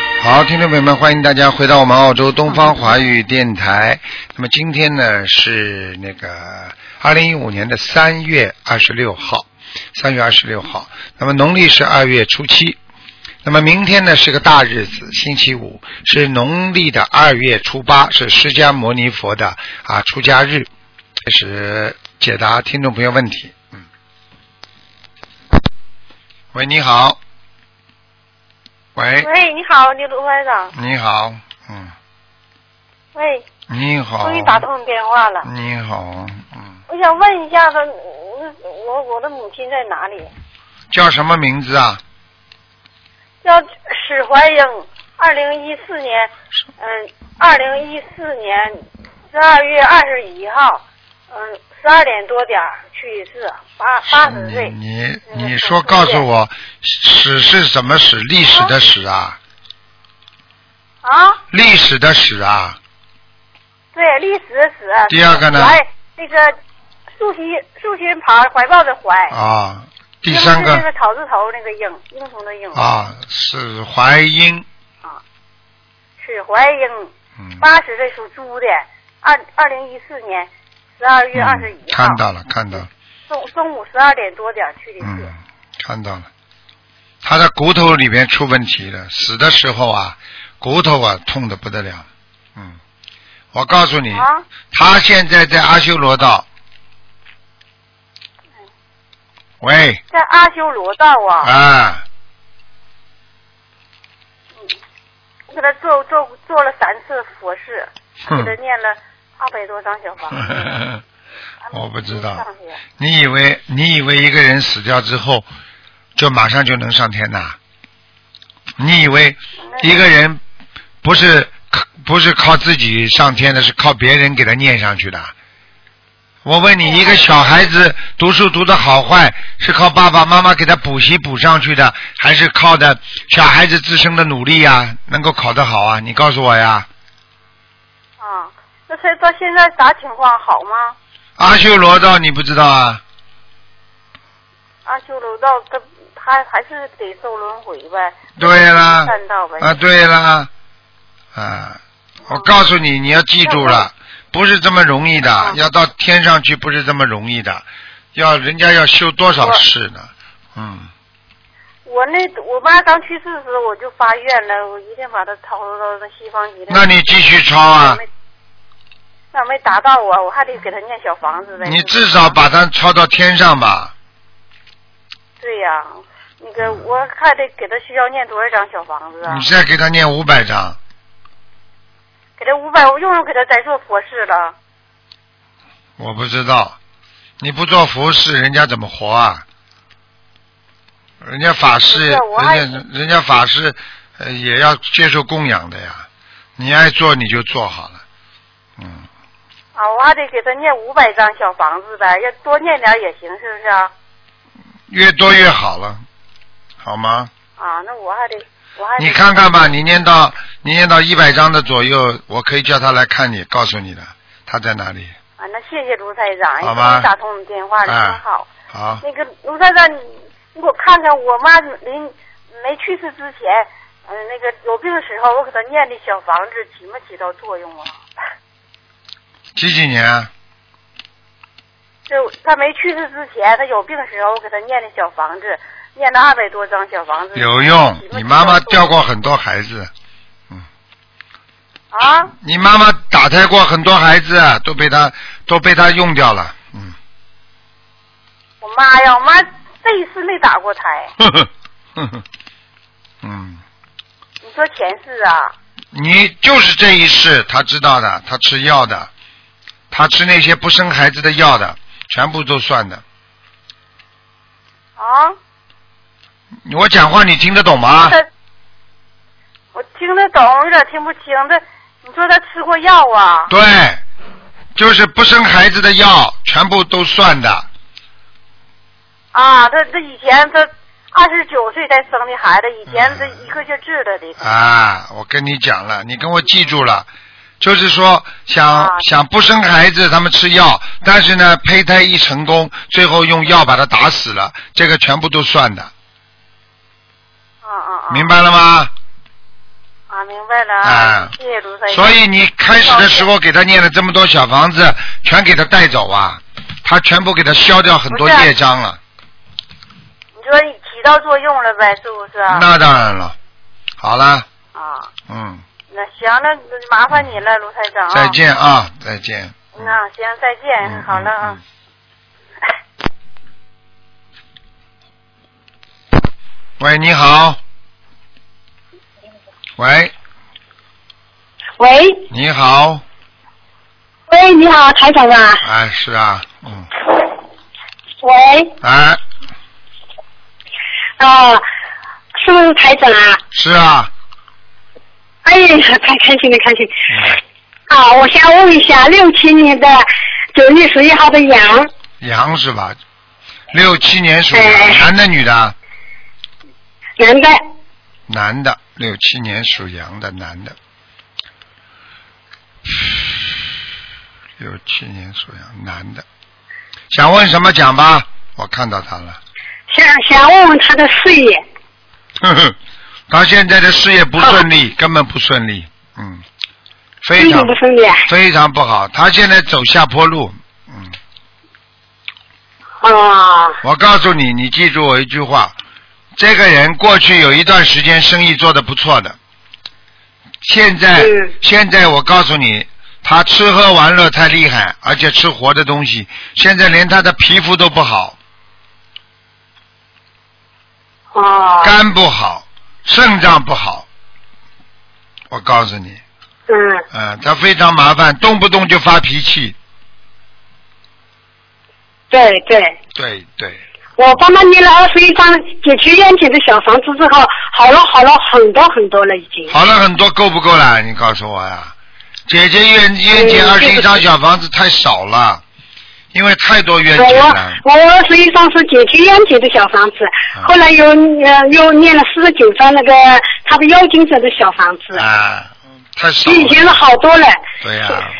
众朋友们，欢迎大家回到我们澳洲东方华语电台。那么今天呢是那个二零一五年的三月二十六号，三月二十六号。那么农历是二月初七。那么明天呢是个大日子，星期五是农历的二月初八，是释迦牟尼佛的啊出家日。开始解答听众朋友问题。嗯。喂，你好。喂。喂，你好，刘卢台长。你好，嗯，喂，你好，终于打通电话了。你好，嗯，我想问一下他，嗯我我的母亲在哪里？叫什么名字啊？叫史怀英，二零一四年，嗯，二零一四年十二月二十一号，嗯，十二点多点儿去世，八八十岁。你那个你沈说同告学诉我，史是什么史？历史的史啊，啊，历史的史啊，对，历史的史。第二个呢怀那个竖心竖心旁怀抱的怀。啊，第英三是那个个草字头那个英，英雄的英。啊，史怀英，史啊怀英。嗯，八十岁属猪的，二二零一四年十二月二十嗯一号看，到了，看到了，中中午十二点多点儿去的嗯事。，看到了，他的骨头里面出问题了，死的时候啊，骨头啊痛的不得了，嗯，我告诉你，啊，他现在在阿修罗道。喂，在阿修罗道啊，啊，我给他做做做了三次佛事，给哼他念了二百多张小 房子。我不知道上去 你以为你以为一个人死掉之后，就马上就能上天呐？你以为一个人不是靠不是靠自己上天的，是靠别人给他念上去的？我问你，一个小孩子读书读的好坏，是靠爸爸妈妈给他补习补上去的，还是靠的小孩子自身的努力呀、能够考得好啊？你告诉我呀。啊，那他到现在啥情况好吗？阿修罗道你不知道啊？阿修罗道他他还是得受轮回呗，对啦，三道呗。啊，对啦，啊，我告诉你，你要记住了，不是这么容易的，要到天上去不是这么容易的，要人家要修多少世呢？嗯，我那我妈刚去世时我就发愿了，我一定把她超度到那西方极乐。那你继续抄啊，那没达到啊，我还得给他念小房子呗。你至少把它抄到天上吧。对呀、那个我还得给他需要念多少张小房子啊你？再给他念五百章，给他五百，我又给他再做佛事了。我不知道，你不做服饰，人家怎么活啊？人家法师，不是我还人家人家法师，呃，也要接受供养的呀。你爱做你就做好了，嗯，啊，我还得给他念五百张小房子呗，要多念点也行，是不是啊？越多越好了，好吗？啊，那我还得，我还得你看看吧，你念到你念到一百章的左右，我可以叫他来看你，告诉你的，他在哪里？啊，那谢谢卢台长，好终吧于打通你电话了，哎真好。好，那个卢台长，你你给我看看我妈临没去世之前，嗯、那个有病时候我给她念的小房子起没起到作用啊？ 几几年啊？就他没去世之前，他有病时候，我给他念的小房子，念了二百多张小房子。有用起，码你妈妈起到作掉用过很多孩子，啊？你妈妈打胎过很多孩子，啊都被他都被他用掉了，嗯，我妈呀，我妈这一次没打过胎，呵呵呵呵，嗯，你说前世啊？你就是这一世，他知道的，他吃药的，他吃那些不生孩子的药的，全部都算的。啊？我讲话你听得懂吗？他，我听得懂，有点听不清。这你说他吃过药啊？对，就是不生孩子的药，全部都算的。啊，他这以前他二十九岁才生的孩子，以前这一个劲儿治他的。啊，我跟你讲了，你跟我记住了，就是说想、啊想不生孩子，他们吃药，但是呢，胚胎一成功，最后用药把它打死了，这哦个全部都算的，啊啊啊！明白了吗？啊，明白了啊谢谢卢台长。所以你开始的时候给他念了这么多小房子，全给他带走啊，他全部给他消掉很多不是业障了。你说你起到作用了呗，是不是？那当然了，好了，啊，嗯，那行，那那麻烦你了，卢台长啊。再见啊，再见。那行，再见，嗯好了啊。嗯嗯 喂，你好。喂，喂你好。喂，你好，台长啊。哎，是啊，嗯，喂哎，啊、是不是台长啊？是啊，哎呀，太开心了，开心嗯啊！我想问一下，六七年的九月十一号的羊，羊是吧？六七年属哎羊，男的女的？男的，男的，六七年属羊的男的，六七年属羊男的，想问什么讲吧？我看到他了，想想问问他的事业。呵呵，他现在的事业不顺 利，根本不顺利，嗯，非常不顺利啊？非常不好，他现在走下坡路，嗯，啊我告诉你，你记住我一句话，这个人过去有一段时间生意做得不错的，现在、嗯现在我告诉你，他吃喝玩乐太厉害，而且吃活的东西，现在连他的皮肤都不好，啊，肝不好，肾脏不好。我告诉你，嗯嗯、他非常麻烦，动不动就发脾气。对对，对对，我帮他念了二十一张解决冤结的小房子之后，好了好了很多很多了已经。好了很多，够不够啦？你告诉我呀，姐姐冤冤结嗯二十一对张小房子太少了，因为太多冤我结我了。我二十一张是解决冤结的小房子，啊后来又呃又念了四十九张那个他的妖精者的小房子，啊，太少比以前了。的好多了。对啊呀、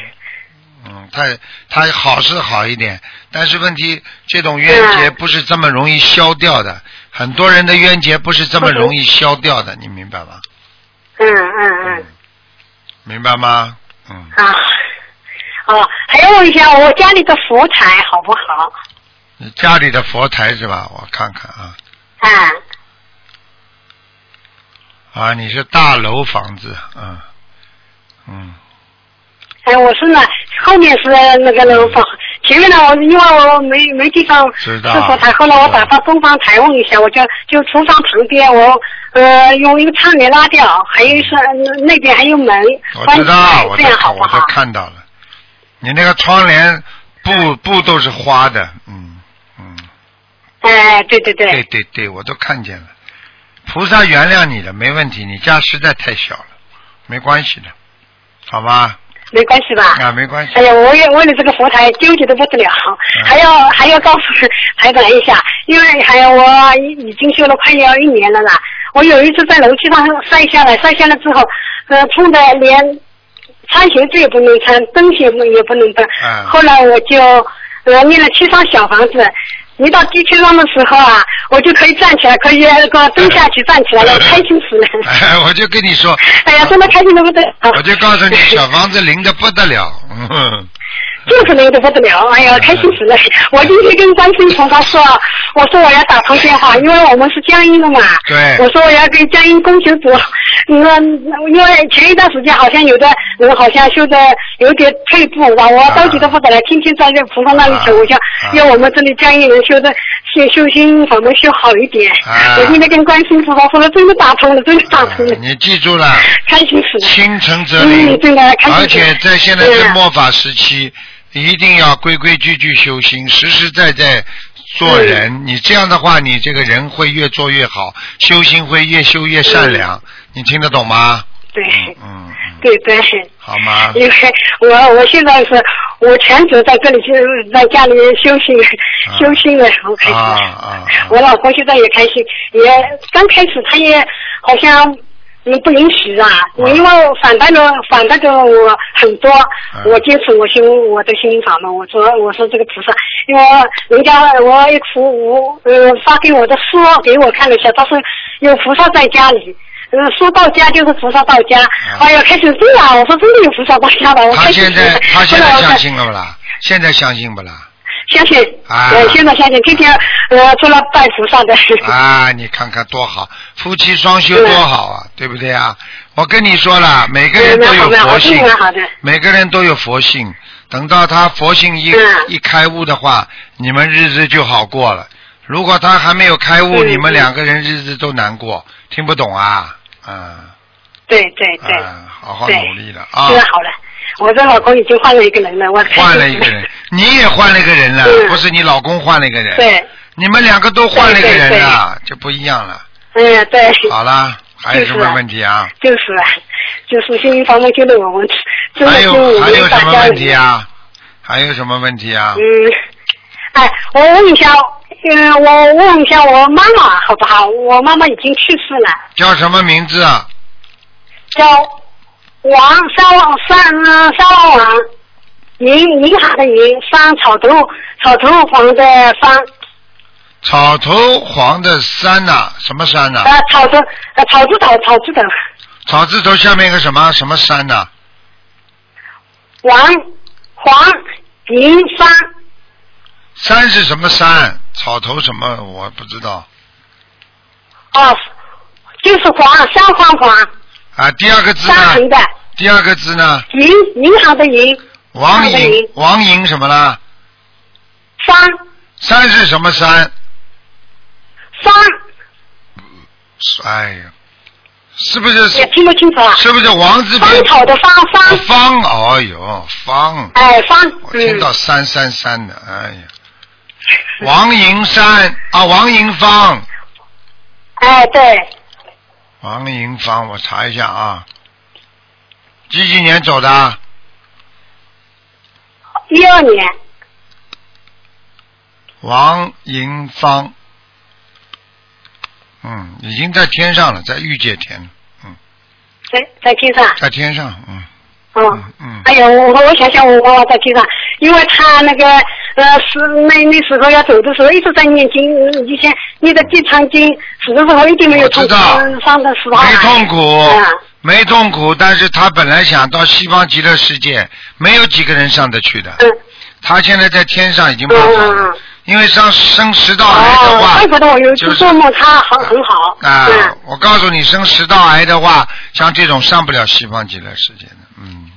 嗯，太他好是好一点，但是问题这种冤结嗯不是这么容易消掉的，很多人的冤结不是这么容易消掉的，你明白吗？嗯嗯嗯，明白吗？嗯，啊，哦，还要问一下我家里的佛台好不好？你家里的佛台是吧？我看看啊，啊，啊，你是大楼房子，嗯，嗯。哎，我是呢，后面是那个楼房，前面呢我因为我没没地方知是道佛台，后来我把它东方台问一下，我就就厨房旁边我呃用一个窗帘拉掉，还有是呃那边还有门我关知起道，来我，这都样好看，不我都好？看到了。你那个窗帘布布都是花的，嗯嗯，哎，对对对，对对对，我都看见了。菩萨原谅你了，没问题，你家实在太小了，没关系的，好吗？没关系吧？啊，没关系哎，呀，我也为了这个佛台纠结的不得了，还要还要告诉 台长一下，因为还有我已经修了快要一年了啦。我有一次在楼梯上摔下来，摔下来之后，呃，痛的连穿鞋子也不能穿，蹬鞋也不能蹬。嗯后来我就呃念了七张小房子，一到第七张的时候啊，我就可以站起来，可以那个蹬下去站起啊来了，开心死了。哎， 我就跟你说，哎呀，真的开心的不得了。我就告 诉你，小房子灵的不得了。嗯就是那个的不得了，哎呀，开心死了！ 我今天跟观世音菩萨说，我说我要打通电话，因为我们是江阴的嘛。对我说我要跟江阴供修组，那因为前一段时间好像有的人好像修的有点退步吧，我着急的不得了，天天在这菩萨那里走，我想啊要我们这里江阴人修的修修心法门修好一点。啊我今天跟观世音菩萨说了，真的打通了，真的打啊通了，你记住了，开心死了。心诚则灵嗯，，真的开心死了。而且在现在对啊这呀末法时期，一定要规规矩矩修心，实实在在做人。嗯你这样的话，你这个人会越做越好，修心会越修越善良。你听得懂吗？对嗯嗯，嗯对对。好吗？因为我我现在是我全职在这里就在家里修行、啊修行了，我开心。啊啊啊我老公现在也开心，也刚开始他也好像嗯不允许啊，啊因为反弹着反弹着我很多，哎我坚持我修我的心灵法门，我说我说这个菩萨，因为人家我一哭我呃发给我的书给我看了一下，他说有菩萨在家里。嗯，说到家就是菩萨到家。哎呀，开始对呀，我说真的有菩萨到家了，我他开始现在他现后来在我相看信了不啦？现在相信不啦？相信，啊呃，现在相信，天天呃做了拜菩萨的， 啊，你看看多好，夫妻双修多好啊，对不对啊？我跟你说了，每个人都有蛮好佛蛮好性真的蛮好的，每个人都有佛性。等到他佛性一嗯一开悟的话，你们日子就好过了。如果他还没有开悟，嗯你们两个人日子都难过。听不懂啊？嗯对对对，嗯，好好对努力了啊现！在好了。我这老公已经换了一个人了，我开换心了一个人，你也换了一个人了，嗯不是你老公换了一个人， 对，你们两个都换了一个对对人了，就不一样了。嗯对，好啦，还有就是什么啊问题啊？就是啊，就是心灵方面就得我们真的还是有我还有们大什么家问题啊？还有什么问题啊？嗯，哎，我问一下，嗯、我问一下我妈妈好不好？我妈妈已经去世了，叫什么名字啊？叫王三王三呃三王王，银银行的银，三草头草头黄的三，草头黄的山呐、什么山呐、呃草头呃草字头草字头，草字头下面一个什么什么山呐、王黄银三山是什么山？草头什么？我不知道哦，就是黄三黄黄啊。第二个字三横呢？的第二个字呢？银银行的银王三个莹银，王莹什么啦？三山是什么山？三哎呀，是不是也听不清楚啊，是不是王字芳边草的芳芳。方？哎呦，方。哎，方，我听嗯，到三三三的，哎呀，王银山啊，王银芳，哎，对，王银芳，我查一下啊，几几年走的啊？一二年，王银芳，嗯，已经在天上了，在御界天了，在在天上，在天上，嗯嗯。嗯嗯，哎呀，我我想想，我妈妈在天上，因为她那个呃是那那时候要走的时候一直在念经，嗯以前念的《地藏经》，死的时候一定没有痛我知道苦，嗯伤的时候没痛苦啊，没痛苦，但是他本来想到西方极乐世界，没有几个人上啊得去的，嗯他现在在天上已经办好嗯了，嗯，因为上升食道癌的哦话，，怪不得我有一次就是做梦，她很很好，啊嗯，，我告诉你，生食道癌的话，像这种上不了西方极乐世界的，嗯，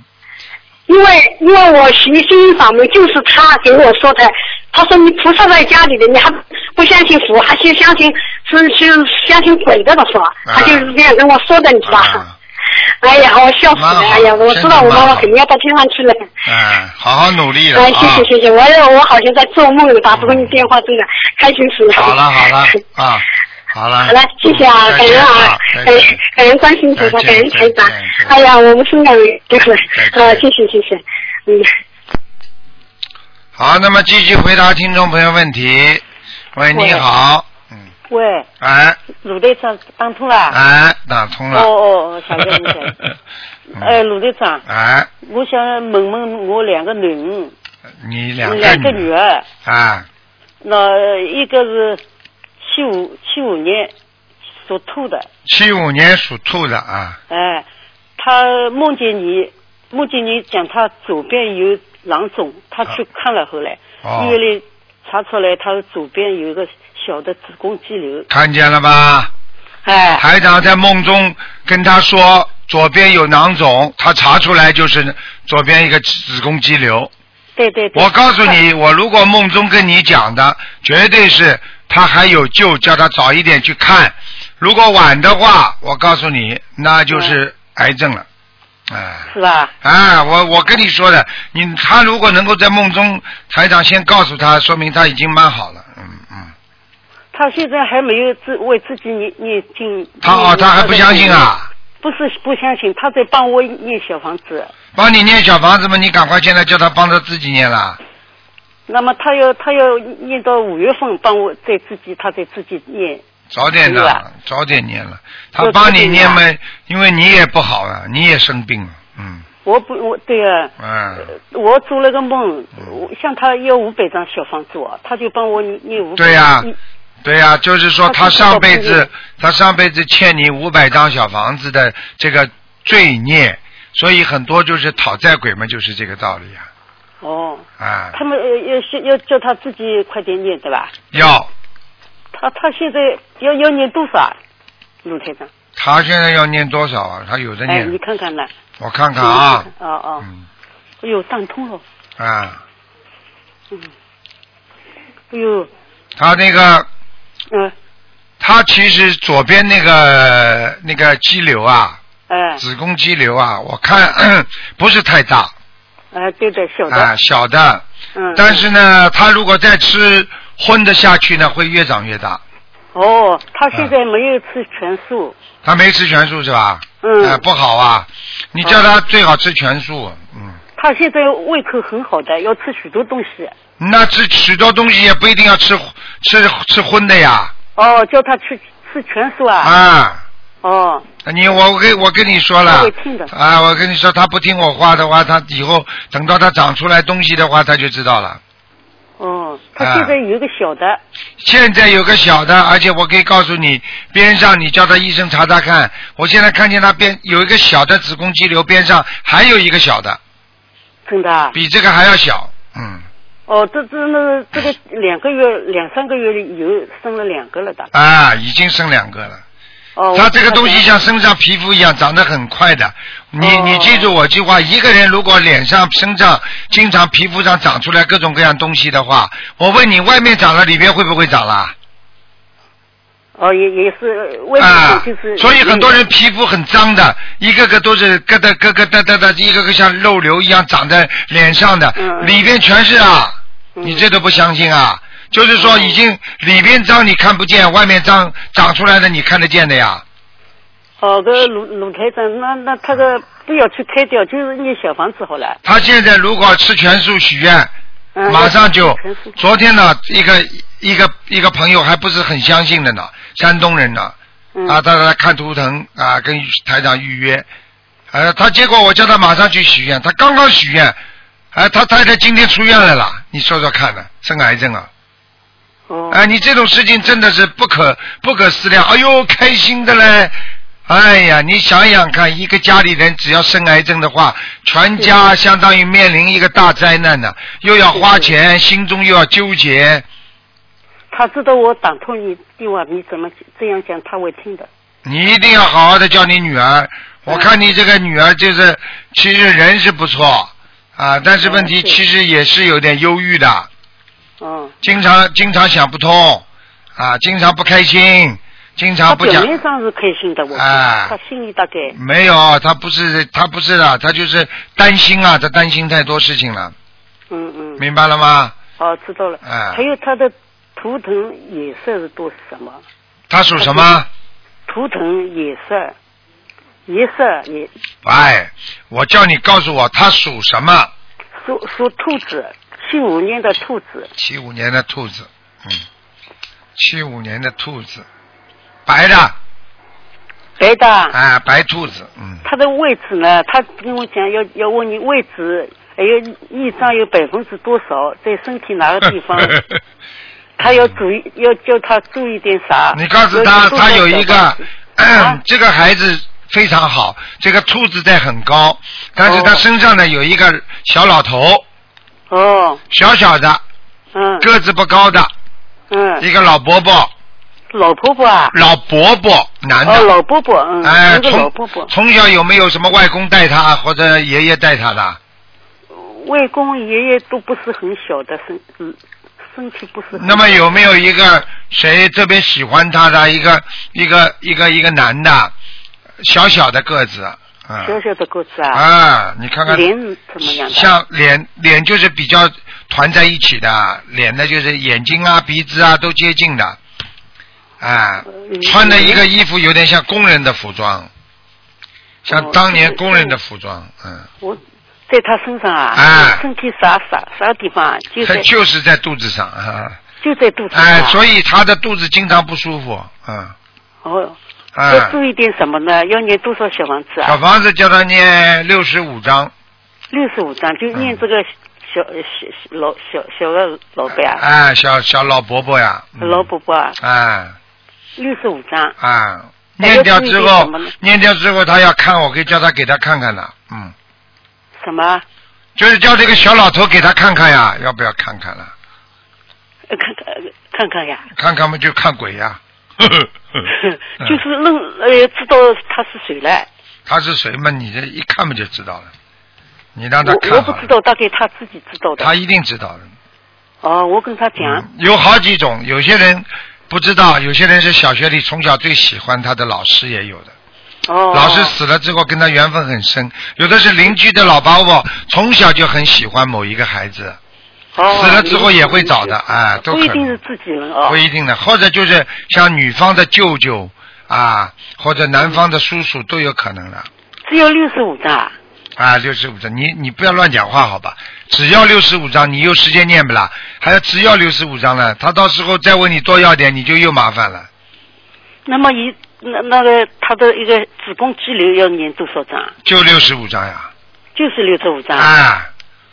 因为因为我学心灵法门，就是他给我说的。他说你菩萨在家里的，你还不相信佛，还是相信是是相信鬼的的说，他就是这样跟我说的，你知道吧？啊，哎呀，我笑死蛮好了！哎呀，我知道真我妈的蛮妈好肯定要到天上去了。哎，好好努力了哎，啊谢谢！谢谢，我我好像在做梦呢，打不过你电话，真的开心死了。好了好 了啊，好了，好了，谢谢啊，再感恩见啊，再见感恩感恩关心菩萨，再感见恩台长再见再见。哎呀，我们身上就是再见 啊，谢谢谢谢，嗯。好，那么继续回答听众朋友问题。喂，你好，嗯，喂，哎鲁队长当通啊了。哎，打通了。 哦哦，晓得晓得。嗯哎，鲁队长，呃哎，我想问问我两个女你两儿，个两个女儿，啊，那一个是七五七五年属兔的，七五年属兔的啊，哎，她梦见你，梦见你讲她左边有囊肿，她去看了，后来啊哦医院里查出来她左边有一个小的子宫肌瘤，看见了吧？哎，台长在梦中跟他说，左边有囊肿，他查出来就是左边一个子宫肌瘤。对对对，我告诉你，我如果梦中跟你讲的，绝对是他还有救，叫他早一点去看。如果晚的话，我告诉你，那就是癌症了。哎，是吧？啊，我我跟你说的，你他如果能够在梦中，台长先告诉他，说明他已经蛮好了。嗯嗯。他现在还没有自为自己念念经。他哦，他还不相信啊？不是不相信，他在帮我念小房子。帮你念小房子嘛，你赶快现在叫他帮他自己念啦。那么他要他要念到五月份，帮我再自己他再自己念。早点是啊吧的，早点念了。他就帮你早点念念嘛，因为你也不好了，你也生病了，嗯我不我对啊，嗯，我做了个梦，我向他要五百张小房子哦，他就帮我念五百。对呀啊一对呀、就是说他他是上做辈公益子他上辈子欠你五百张小房子的这个罪孽，所以很多就是讨债鬼们就是这个道理啊哦，啊，他们呃要是要叫他自己快点念对吧？要他他现在要要念多少啊？卢台长，他现在要念多少啊？他有的哎，念，你看看呢？我看看啊，哦哦，嗯哎呦，当通了，啊，哎呦，他那个嗯，他其实左边那个那个肌瘤啊，哎子宫肌瘤啊，我看 不是太大哎，对嗯的，小啊，的，小的，嗯，但是呢，他如果再吃荤的下去呢，会越长越大。哦，他啊现在没有吃全素，他没吃全素是吧？嗯哎不好啊！你叫他最好吃全素，嗯，他现在胃口很好的，要吃许多东西。那吃许多东西也不一定要吃吃吃荤的呀，哦，叫他吃吃全素啊。啊。哦，你我我跟我跟你说了他会听的啊！我跟你说，他不听我话的话，他以后等到他长出来东西的话，他就知道了。哦，他啊现在有一个小的，现在有个小的，而且我可以告诉你，边上你叫他医生查查看。我现在看见他边有一个小的子宫肌瘤，边上还有一个小的，真的啊。比这个还要小。嗯，哦，这这那这个两个月两三个月里有生了两个了的。啊，已经生两个了。哦，它我这个东西看看像身上皮肤一样长得很快的，你哦你记住我句话，一个人如果脸上、身上经常皮肤上长出来各种各样东西的话，我问你，外面长了，里边会不会长啊啦？哦，也也是为什啊么就是？，所以很多人皮肤很脏的，一个个都是疙瘩疙疙瘩瘩瘩，一个个像肉瘤一样长在脸上的，嗯嗯里边全是啊，嗯你这都不相信啊？就是说，已经里边脏你看不见，外面脏长出来的你看得见的呀。哦，个鲁鲁台长，那那他个不要去开掉，就是念小房子好了。他现在如果吃全素许愿，嗯马上就全素。昨天呢，一个一个一个朋友还不是很相信的呢，山东人呢，嗯啊，他来看图腾啊，跟台长预约，呃，他结果我叫他马上去许愿，他刚刚许愿，哎、他太太今天出院了啦，你说说看呢，生癌症啊，哦哎、你这种事情真的是不可不可思量，哎呦，开心的嘞。哎呀，你想想看，一个家里人只要生癌症的话，全家相当于面临一个大灾难呢、又要花钱，心中又要纠结。他知道我打通你电话，你怎么这样讲他会听的。你一定要好好的教你女儿。我嗯看你这个女儿就是，其实人是不错啊，但是问题嗯是其实也是有点忧郁的，哦，经常经常想不通啊，经常不开心，经常他不表讲。面上是开心的，我看、哎他心里大概没有，她不是她不是的，她就是担心啊，她担心太多事情了，嗯嗯，明白了吗？哦知道了。哎还有他的图腾颜色是多什么？她属什么？图腾颜色，颜色也哎，我叫你告诉我她属什么？属属兔子，七五年的兔子，七五年的兔子，嗯，七五年的兔子，白的。白的。啊，白兔子，嗯，他的位置呢？他跟我讲要要问你位置，还有逆张有百分之多少，在身体哪个地方？他要注意，要叫他注意点啥？ 你告诉他，要多少他有一小个房子，嗯啊 这个孩子非常好，这个兔子在很高，但是他哦身上呢有一个小老头，哦，小小的，嗯个子不高的，嗯，一个老伯伯，老婆婆啊，老伯伯，男哦，的，老婆婆，嗯，哎，有个老婆婆从，从小有没有什么外公带他或者爷爷带他的？外公爷爷都不是很小的身，嗯身体不是 很。那么有没有一个谁特别喜欢他的一个一个一个一个男的，小小的个子，嗯。小小的个子啊，啊，你看看，脸怎么样的？像脸脸就是比较团在一起的，脸呢就是眼睛啊、鼻子啊都接近的，啊，嗯穿的一个衣服有点像工人的服装，哦像当年工人的服装，嗯，我在他身上啊，哎身体啥啥啥地方啊，就它在就是在肚子上啊，就在肚子上、哎啊。，所以他的肚子经常不舒服，嗯，哦，要啊，注意点什么呢？要念多少小房子小啊？房子叫他念六十五章，嗯六十五章，就念这个小小老小小个老伯啊，哎，小小老伯伯呀，嗯老伯伯啊，哎六十五张，哎，那念要掉注意之些后什么呢，念掉之后他要看，我可以叫他给他看看的，嗯，什么？ 就是叫这个小老头给他看看呀，要不要看看了？呃看看看看呀，看看嘛就看鬼 呀，呵呵呵就是认呃知道他是谁了，他是谁嘛？你这一看嘛就知道了，你让他我我看不好知了，道，大概他自己知道的。他一定知道的。哦，我跟他讲，嗯有好几种，有些人不知道，有些人是小学里从小最喜欢他的老师也有的，哦，老师死了之后跟他缘分很深，有的是邻居的老伯伯，从小就很喜欢某一个孩子，哦死了之后也会找的，啊，都不可一定是能，自己人哦不。一定的，或者就是像女方的舅舅啊，或者男方的叔叔都有可能的。只有六十五张啊，啊，六十五张，你你不要乱讲话好吧？只要六十五张，你有时间念不啦？还要只要六十五张了，他到时候再问你多要点，你就又麻烦了。那么一那那个他的一个子宫肌瘤要念多少张？就六十五张呀，就是六十五张。啊，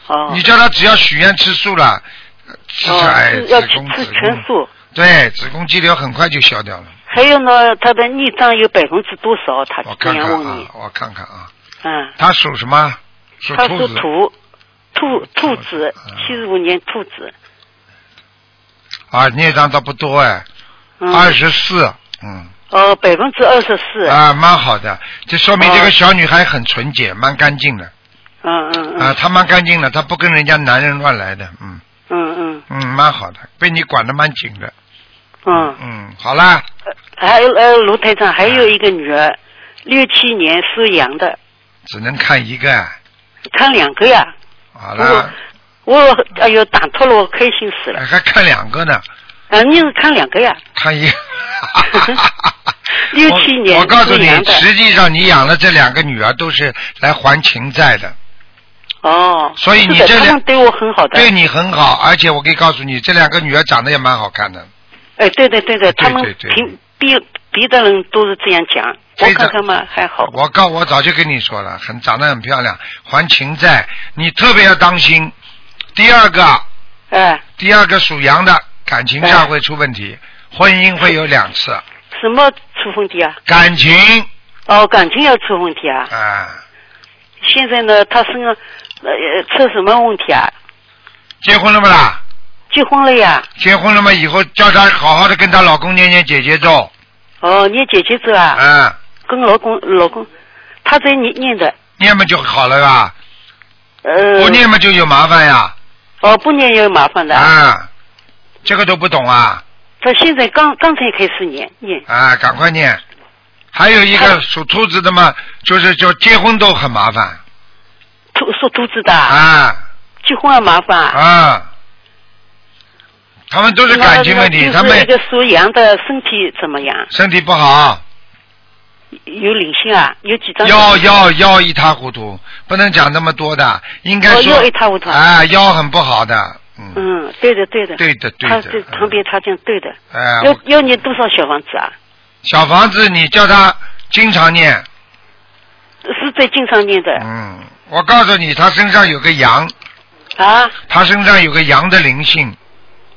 哦，你叫他只要许愿吃素了，吃哦哎是要子吃宫吃子全宫，素。啊对，子宫肌瘤很快就消掉了。还有呢，他的逆障有百分之多少？他我这看样看问啊你，，我看看啊，嗯，他属什么？属他兔说子。兔兔兔子嗯，七十五年兔子，啊，孽障倒不多哎，嗯，二十四，嗯，哦，百分之二十四，啊，蛮好的，这说明这个哦小女孩很纯洁，蛮干净的。嗯嗯啊，嗯他蛮干净的，他不跟人家男人乱来的，嗯嗯嗯，蛮好的，被你管得蛮紧的，嗯嗯，嗯，好啦，还有呃，卢台长还有一个女啊儿，六七年属羊的，只能看一个，看两个呀，好啦，我哎呦打脱了，我开心死了，还看两个呢，啊，你是看两个呀，。看一个67年我，我告诉你属羊，的实际上你养了这两个女儿都是来还情债的，哦，所以你是的这两他们对我很好的，对你很好，而且我可以告诉你，这两个女儿长得也蛮好看的，哎，对的对的，他们对对平别别的人都是这样讲，我非常看看嘛还好，我告我早就跟你说了，很长得很漂亮，还情债，你特别要当心。第二个，哎，第二个属羊的感情上会出问题，婚姻会有两次。什么出问题啊？感情哦，感情要出问题啊？啊，现在呢，他身上呃出什么问题啊？结婚了不啦？结婚了呀？结婚了嘛，以后叫她好好的跟她老公念念姐姐咒。哦，念姐姐咒啊？啊，跟老公老公，他在念念的。念嘛就好了吧，呃，不念嘛就有麻烦呀。哦，不念也有麻烦的。啊，这个都不懂啊他现在刚刚才开始念念，啊，赶快念。还有一个哎属兔子的嘛，就是就结婚都很麻烦兔说兔子的，啊结婚也麻烦。啊，他们都是感情问题，他那就是一们个属羊的身体怎么样？身体不好。有灵性啊？有几张？腰腰腰一塌糊涂，不能讲那么多的，应该哦说腰一塌糊涂啊，腰很不好的，嗯，嗯，对的对的。对的对他的这嗯旁边他讲对的。哎、要我要念多少小房子啊？小房子你叫他经常念，是在经常念的嗯，我告诉你，他身上有个羊，啊？他身上有个羊的灵性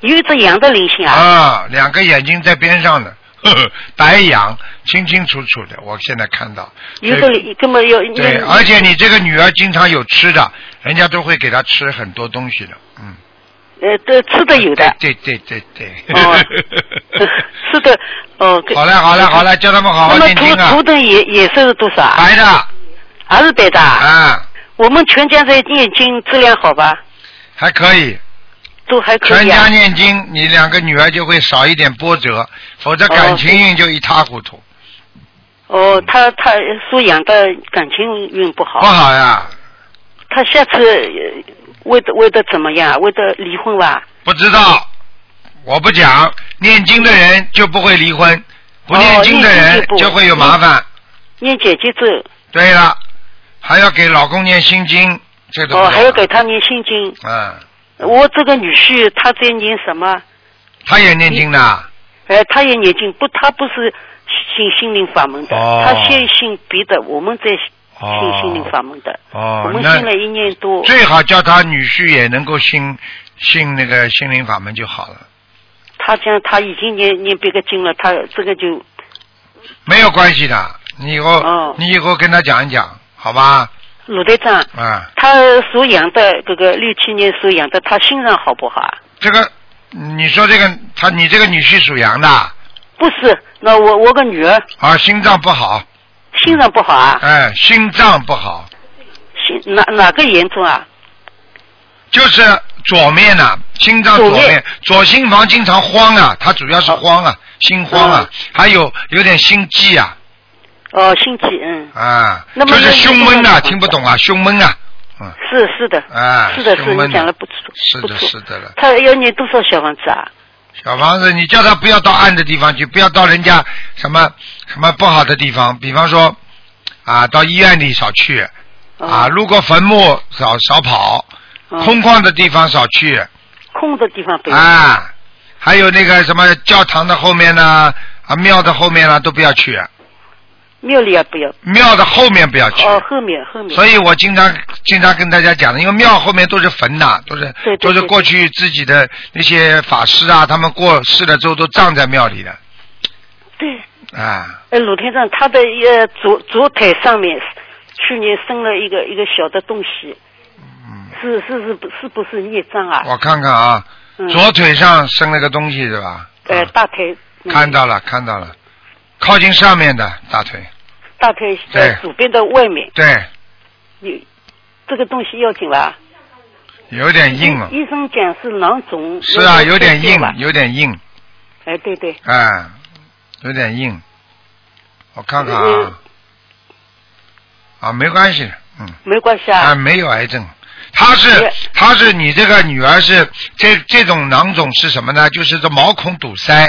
有一只羊的灵性啊？啊，两个眼睛在边上的，呵呵白羊，清清楚楚的，我现在看到，有对的灵根本有对，念而且你这个女儿经常有吃的，人家都会给她吃很多东西的，嗯，呃，都吃的有的对对对对对，哦 吃的哦。 好嘞，好嘞，好嘞，叫他们好那好么念经图啊图。腾也也是多少啊？白的，还是白的啊？啊，我们全家在念经，质量好吧？还可以。都还可全以家啊。念经，你两个女儿就会少一点波折，否则感情运就一塌糊涂，哦，他他属羊的感情运不好不，好呀。他下次呃为的为的怎么样？为的离婚吧？不知道，我不讲。念经的人就不会离婚，不念经的哦念人经就不就会有麻烦。念姐姐咒，对了，还要给老公念心经，这个哦，还要给他念心经。嗯，我这个女婿他在念什么？他也念经的。哎，他也念经，不，他不是信心灵法门的，哦他先信别的，我们在哦信心灵法门的。我哦，们信了那一年多，最好叫他女婿也能够信信那个心灵法门就好了，他讲他已经念念别个经了，他这个就没有关系的。你以后、哦你以后跟他讲一讲，好吧？鲁队长，啊，他属羊的，这个六七年属羊的，他心脏好不好啊？这个你说这个他你这个女婿属羊的不是，那我我个女儿啊，心脏不好，心脏不好啊，哎，心脏不好，心哪哪个严重啊？就是左面呐、心脏左左面面左心房经常慌啊，他主要是哦慌啊，心慌啊，嗯还有有点心悸啊哦，心悸，嗯，啊，那么就是那胸闷那啊，那听不懂啊，胸闷啊，嗯，是是的，啊是的胸是，闷你讲的的不错，是不的，错是的了。他要念多少小房子啊？小房子，你叫他不要到暗的地方去，不要到人家什么什么不好的地方，比方说啊，到医院里少去哦啊，，路过坟墓少少跑，哦空旷的地方少去，空的地方不要，啊，还有那个什么教堂的后面呢，啊庙的后面呢都不要去，庙里也不要，庙的后面不要去。哦，后面后面，所以我经常经常跟大家讲的，因为庙后面都是坟呐、都是对对都是对过去自己的那些法师啊，他们过世了之后都葬在庙里的对，啊。哎，鲁天长，他的呃左左腿上面去年生了一个一个小的东西，嗯，是是是不是不是孽障啊？我看看啊，嗯，左腿上生了个东西是吧？呃啊大腿，嗯看到了看到了，靠近上面的大腿，大腿对在左边的外面，对，有这个东西要紧吧？有点硬了。医生讲是囊肿。是啊，要有点切硬掉吧，有点硬。哎，对对，啊，有点硬，我看看嗯啊，啊，没关系的，嗯，没关系啊，啊。嗯没有癌症。他是也他是你这个女儿是这这种囊肿是什么呢？就是这毛孔堵塞，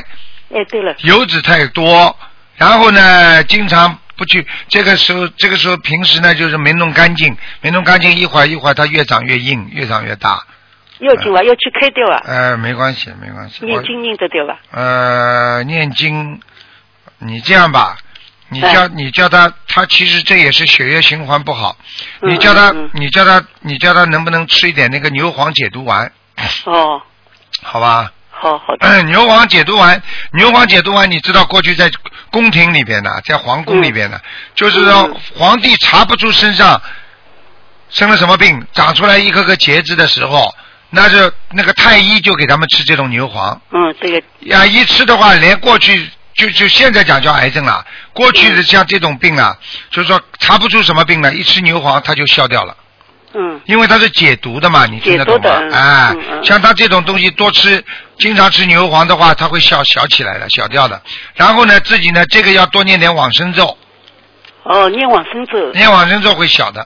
哎，对了，油脂太多，然后呢，经常不去，这个时候这个时候平时呢就是没弄干净，没弄干净一会儿一会儿它越长越硬，越长越大。要紧吧？要去开掉啊？呃，没关系，没关系。我念经念得掉吧？呃，念经，你这样吧，你叫你叫他，他其实这也是血液循环不好，嗯你叫他嗯，你叫他，你叫他能不能吃一点那个牛黄解毒丸，哦，好吧？好好 的。牛黄解毒丸，牛黄解毒丸，你知道过去在宫廷里边的，在皇宫里边的，就是说嗯皇帝查不出身上生了什么病，长出来一颗颗结子的时候，那就那个太医就给他们吃这种牛黄。嗯，这个呀，一吃的话，连过去就就现在讲叫癌症了，过去嗯的像这种病啊，就是说查不出什么病了，一吃牛黄它就消掉了，嗯因为它是解毒的嘛，你听得懂解吗毒？的嗯哎嗯，嗯像它这种东西多吃，经常吃牛黄的话，它会消小起来的，小掉的。然后呢，自己呢这个要多念点往生咒，哦，念往生咒。念往生咒会小的。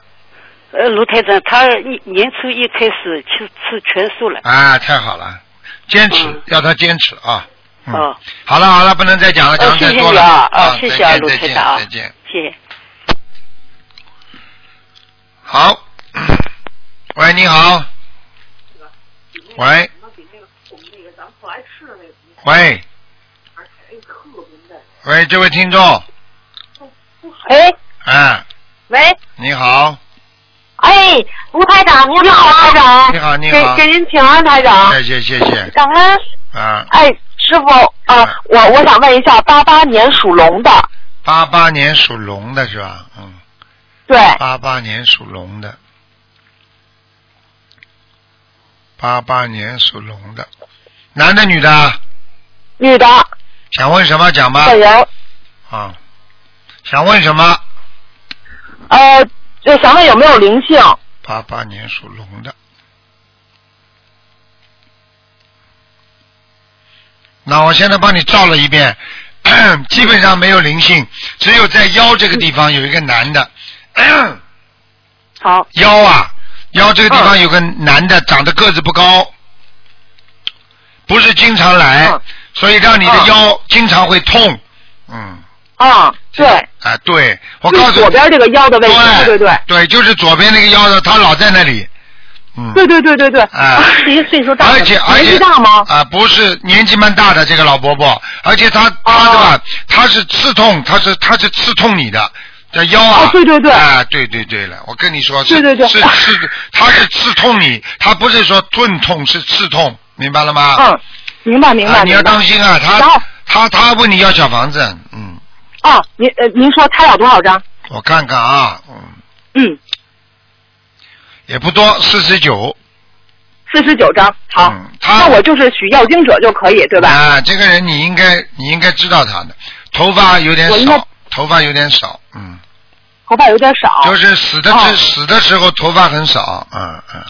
呃，卢台长，他一年初一开始吃吃全素了。啊，太好了，坚持嗯，要他坚持啊。嗯哦，好了好了，不能再讲了，讲哦，得谢太谢多你了。啊，啊哦，谢谢啊，再见卢台再见长啊，再见。谢谢。好， 喂，你好，喂，喂，喂，这位听众，喂啊，哎喂，你好，哎，吴台长，您好，台啊长，你好，你给好，给您请安，台长，谢谢，谢谢，感恩。啊，哎，师傅啊、我我想问一下，八八年属龙的，八八年属龙的是吧？嗯，对，八八年属龙的，八八年属龙的，男的女的啊？女的，想问什么讲吧？本人，啊，想问什么？呃，就想问有没有灵性？八八年属龙的。那我现在帮你照了一遍， 基本上没有灵性，只有在腰这个地方有一个男的，好，嗯腰啊，腰这个地方有个男的，长得个子不高，不是经常来，嗯所以让你的嗯腰经常会痛。嗯，啊、对，啊，对，我就告诉左你，边这个腰的位置，对对嗯对对，就是左边那个腰的，他老在那里。嗯，对对对对对，啊哎这一岁数大了，而且而且年纪大吗？啊，不是年纪蛮大的哦这个老伯伯，而且他他是吧，他是刺痛，他是他是刺痛你的，叫腰啊。啊对对对啊，对对对了，我跟你说是，对对对是是，他是刺痛你，他不是说钝痛，是刺痛，明白了吗？嗯，明白明白。啊，你要明白当心啊，然后他他他问你要小房子，嗯，啊，您呃您说他要多少张？我看看啊，嗯，嗯，也不多，四十九，四十九张。好，嗯他那我就是许要经者就可以，对吧？啊，这个人你应该你应该知道他的，头发有点嗯我应该少，头发有点少，嗯，头发有点少。就是死的哦时死的时候头发很少，嗯嗯，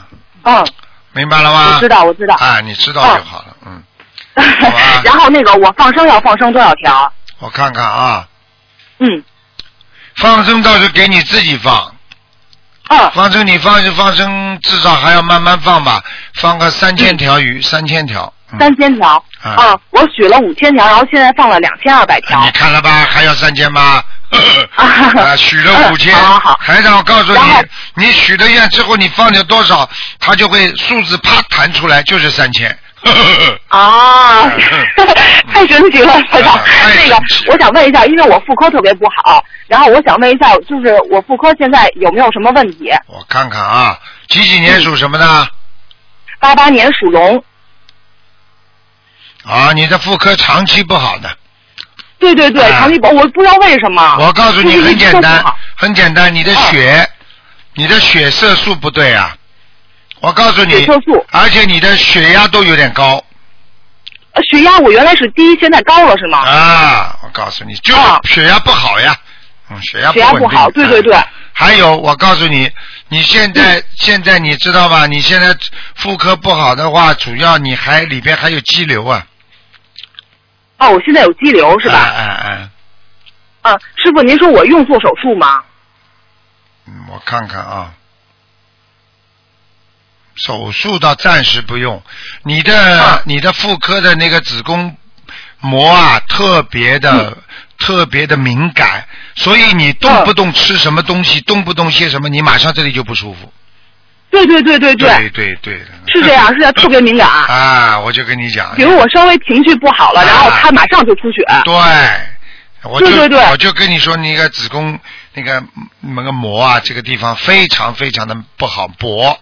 嗯，明白了吗？我知道，我知道。哦啊，你知道就好了，嗯， 吧然后那个我放生要放生多少条？我看看啊，嗯放生倒是给你自己放，嗯，放生你放就放生，至少还要慢慢放吧，放个三千条鱼，三千条。嗯三千条。啊啊，我许了五千条，然后现在放了两千二百条哎你。看了吧？还要三千 吗？啊，许了五千嗯好好，好台长告诉你然后，你许了愿之后，你放掉多少，它就会数字啪弹出来，就是三千。 啊嗯， 太神奇了，台长嗯。太神那奇了，个我想问一下，因为我妇科特别不好，然后我想问一下，就是我妇科现在有没有什么问题？我看看啊，几几年属什么的？八八年属龙，啊，你的妇科长期不好的。对对对，啊长期不，我不知道为什么。我告诉你，就是一很直简都不 单好，很简单，你的啊血，你的血色素不对啊。我告诉血你色素，而且你的血压都有点高呃血压我原来是低，现在高了是吗？啊！我告诉你，就是啊血压不好呀，嗯，血压血压稳定不好，对对对嗯哎，还有，我告诉你，你现在、现在你知道吧？你现在妇科不好的话，主要你还里边还有肌瘤啊，哦，我现在有肌瘤是吧？哎哎哎，啊，师傅，您说我用做手术吗？嗯，我看看啊，手术倒暂时不用。你的、啊你的妇科的那个子宫膜啊，特别的、嗯特别的敏感，所以你动不动吃什么东嗯西，动不动些什么，你马上这里就不舒服。对对对对对对对，是这样，是这样，特别敏感。啊！我就跟你讲，比如我稍微情绪不好了，然后啊它马上就出血。对，我就对对对我就跟你说，那个子宫那个嗯那个膜啊，这个地方非常非常的不好薄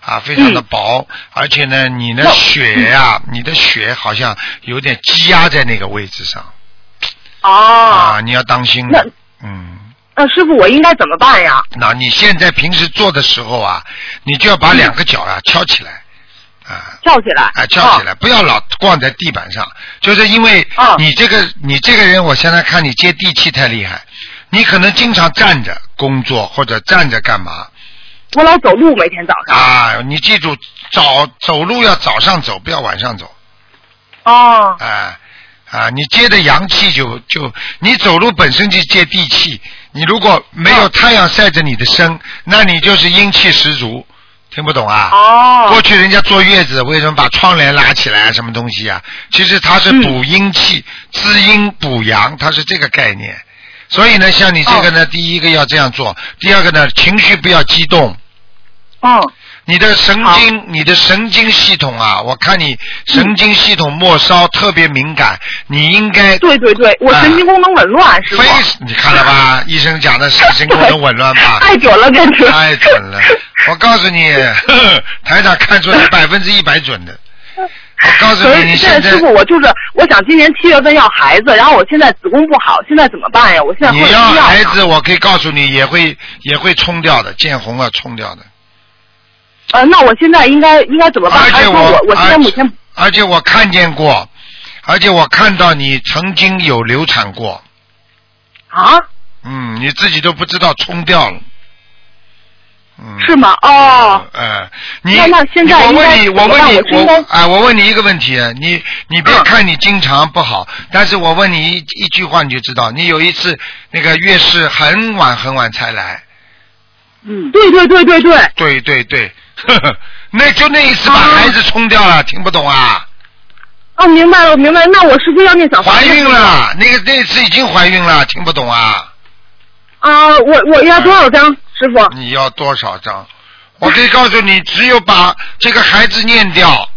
啊，非常的薄，而且呢，你的嗯那血啊，你的血好像有点积压在那个位置上哦啊，，你要当心那。嗯，哦那师傅我应该怎么办呀？那你现在平时做的时候啊，你就要把两个脚啊翘起来啊，跳起来。哦啊，翘起来。来，不要老逛在地板上，就是因为啊你这个、你这个人，我现在看你接地气太厉害，你可能经常站着工作或者站着干嘛我老走路，每天早上。啊？你记住，早走路要早上走，不要晚上走，哦，啊啊，你接的阳气就就你走路本身就接地气，你如果没有太阳晒着你的身，那你就是阴气十足，听不懂啊？哦过，去人家坐月子，为什么把窗帘拉起来啊？什么东西啊？其实它是补阴气、滋阴补阳，它是这个概念。所哦以呢，像你这个呢，第一个要这样做，第二个呢，情绪不要激动。嗯，你的神经，你的神经系统啊，我看你神经系统末梢特别敏感，你应该嗯对对对，我啊神经功能紊乱，师傅非。你看了 吧？医生讲的是神经功能紊乱吧？太准了，简直。太准 了！我告诉你， 呵呵台长看出来百分之一百准的。我告诉可你，是你现现在在师傅，我就是我想今年七月份要孩子，然后我现在子宫不好，现在怎么办呀？我现在喝你西要药呢孩子，我可以告诉你，也会也会冲掉的，见红啊，冲掉的。呃，那我现在应该应该怎么办？而还且是说我我现在目前而且我看见过，而且我看到你曾经有流产过，啊嗯，你自己都不知道冲掉了，嗯，是吗？哦，呃，你那那现在我应问该你，怎么我问办你我，是应该我哎，我问你一个问题，你你别嗯看你经常不好，但是我问你一一句话你就知道，你有一次那个月事很晚很晚才来，嗯，对对对对对，对对对， 呵呵，那就那一次把啊孩子冲掉了，听不懂啊？哦，明白了明白了，那我是不是要念小房子怀孕了，那个那次已经怀孕了，听不懂啊？啊？我我要多少张，师傅？你要多少张？我可以告诉你，只有把这个孩子念掉，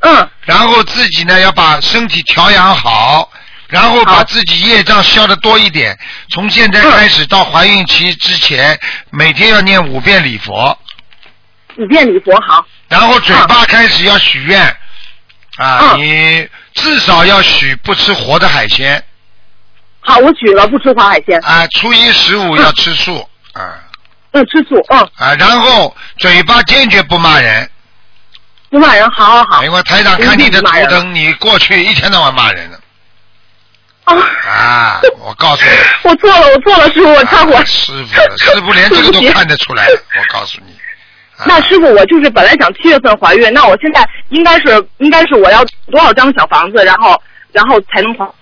嗯然后自己呢要把身体调养好，然后把自己业障消的多一点。从现在开始到怀孕期之前，每天要念五遍礼佛，五遍礼佛好。然后嘴巴开始要许愿啊，你至少要许不吃活的海鲜好，我许了不吃黄海鲜。啊，初一十五要吃素啊嗯，吃素，嗯，啊，然后嘴巴坚决不骂人。不骂人，好好好。因为台长看你的图腾，你过去一天到晚骂人的啊，啊！我告诉你，我错了，我错了，师傅，我忏悔。啊师傅 了，师傅连这个都对不起看得出来了。我告诉你，啊 那师傅，我就是本来想七月份怀孕，那我现在应该是应该是我要多少张小房子，然后然后才能怀孕？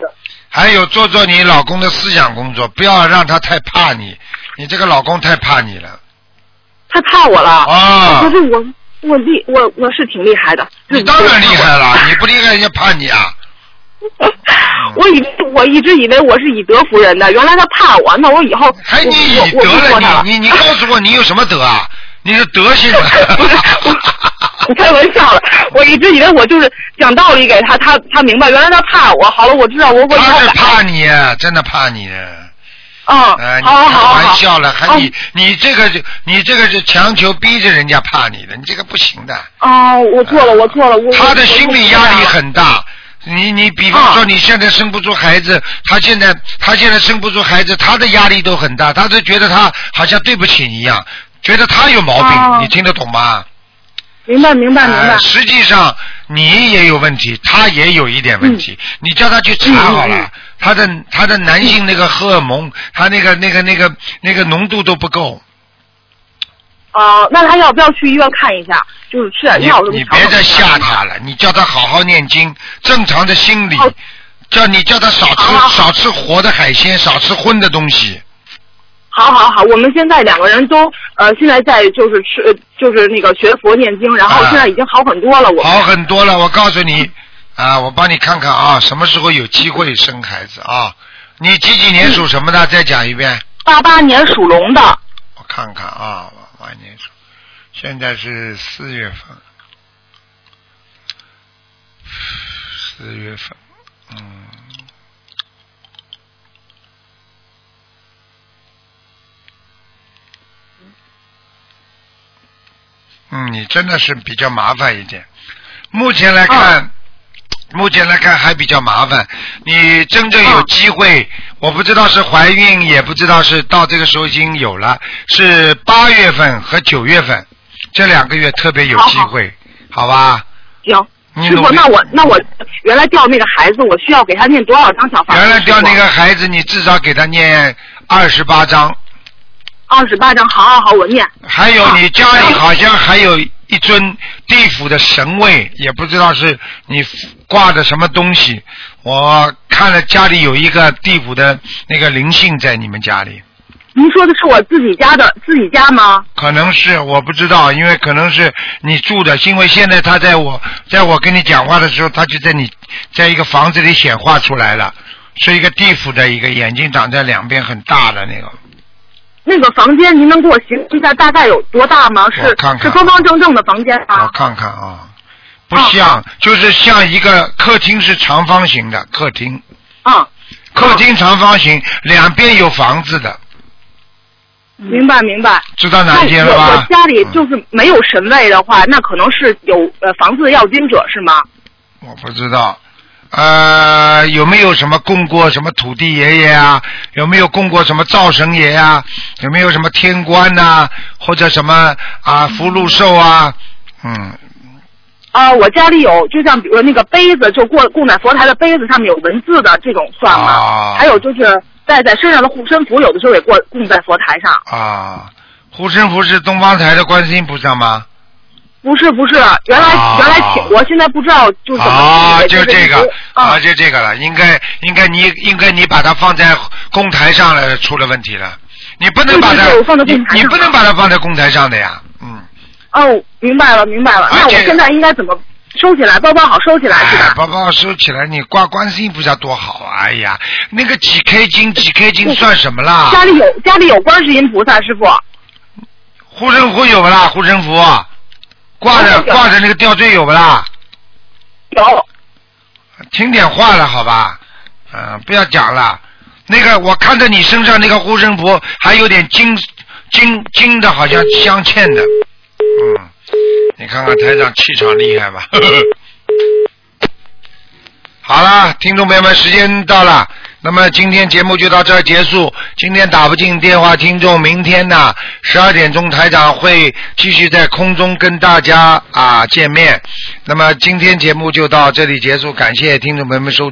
还有做做你老公的思想工作，不要让他太怕你，你这个老公太怕你了他怕我了。啊可！是我我厉我我是挺厉害的。你当然厉害了，你不厉害人家怕你啊！ 我以为我一直以为我是以德服人的，原来他怕我，那我以后还你我以我我德不说他了，你你你告诉我你有什么德啊？你是德性啊不是 我开玩笑了，我一直以为我就是讲道理给他，他他明白，原来他怕我。好了，我知道，我我以后 他是改。怕你，真的怕你。呃，嗯，你好好开好玩好。笑了，还哦你你这个就你这个是强求逼着人家怕你的，你这个不行的。哦，我错了，我错了，我他的心理压力。我啊很大。你你比方说你现在生不出孩子，他现在他现在生不出孩子，他的压力都很大，他就觉得他好像对不起你一样，觉得他有毛病，哦你听得懂吗？明白明白明白呃，实际上你也有问题，他也有一点问题，嗯你叫他去查好了，他的他的男性那个荷尔蒙，他那个那个那个那个浓度都不够。哦，那他要不要去医院看一下？就是吃点你药什么你调别整再一下吓他了，你叫他好好念经，正常的心理好，叫你叫他少好好啊吃少吃活的海鲜，少吃荤的东西。好好好，我们现在两个人都呃，现在在就是吃呃就是那个学佛念经，然后啊现在已经好很多了。我好很多了，我告诉你啊，我帮你看看啊，什么时候有机会生孩子啊？你几几嗯年属什么的？再讲一遍，八八年属龙的，我看看啊，我晚年属，现在是四月份，四月份，嗯。嗯，你真的是比较麻烦一点。目前来看，目前来看还比较麻烦。你真正有机会，我不知道是怀孕，也不知道是到这个时候已经有了，是八月份和九月份这两个月特别有机会，好吧？行。你师努傅，力那我那我原来掉那个孩子，我需要给他念多少张小房子？原来掉那师个孩子，你至少给他念二十八章。傅二十八张，好好好，我念。还有啊你家里好像还有一尊地府的神位，也不知道是你挂的什么东西。我看了家里有一个地府的那个灵性在你们家里，您说的是我自己家的自己家吗？可能是我不知道，因为可能是你住的，因为现在他在我在我跟你讲话的时候，他就在你在一个房子里显化出来了，是一个地府的一个眼睛长在两边很大的那个。那个房间您能给我形容一下大概有多大吗？是我看看是方方正正的房间我吗？看看啊，不啊像，就是像一个客厅是长方形的客厅，啊，客厅长方形，两边有房子的，明白明白。知道那哪一间了我吧我？家里嗯就是没有神位的话，那可能是有呃房子的要经者是吗？我不知道，呃，有没有什么供过什么土地爷爷啊？有没有供过什么灶神爷啊？有没有什么天官呐、或者什么啊福禄寿啊？嗯，啊，我家里有，就像比如说那个杯子，就供供在佛台的杯子上面有文字的这种算吗？啊还有就是戴在身上的护身符，有的时候也供供在佛台上。啊，护身符是东方台的观世音菩萨吗？不是不是，原来、啊原来请，我现在不知道就是怎么理解就这这个个啊，啊就这个了。应该应该你应该你把它放在供台上了，出了问题了。你不能对把对它对我放在你供台你上不能把它放在供台上的呀。嗯，哦，明白了明白了。那而我且现在应该怎么收起来？包包好收起来是哎吧？包包收起来，你挂观世音菩萨多好啊！哎呀，那个几 K 金几 K 金算什么啦？家里有家里有观世音菩萨师傅，护身符有不啦？护身符挂有着有有挂着那个吊坠有不啦？有听点话了好吧？嗯、不要讲了。那个，我看着你身上那个护身符还有点金金金的，好像镶嵌的。嗯，你看看台长气场厉害吧？ 好啦，听众朋友们，时间到了。那么今天节目就到这儿结束。今天打不进电话，听众，明天呢十二点钟台长会继续在空中跟大家啊见面。那么今天节目就到这里结束，感谢听众朋友们收听。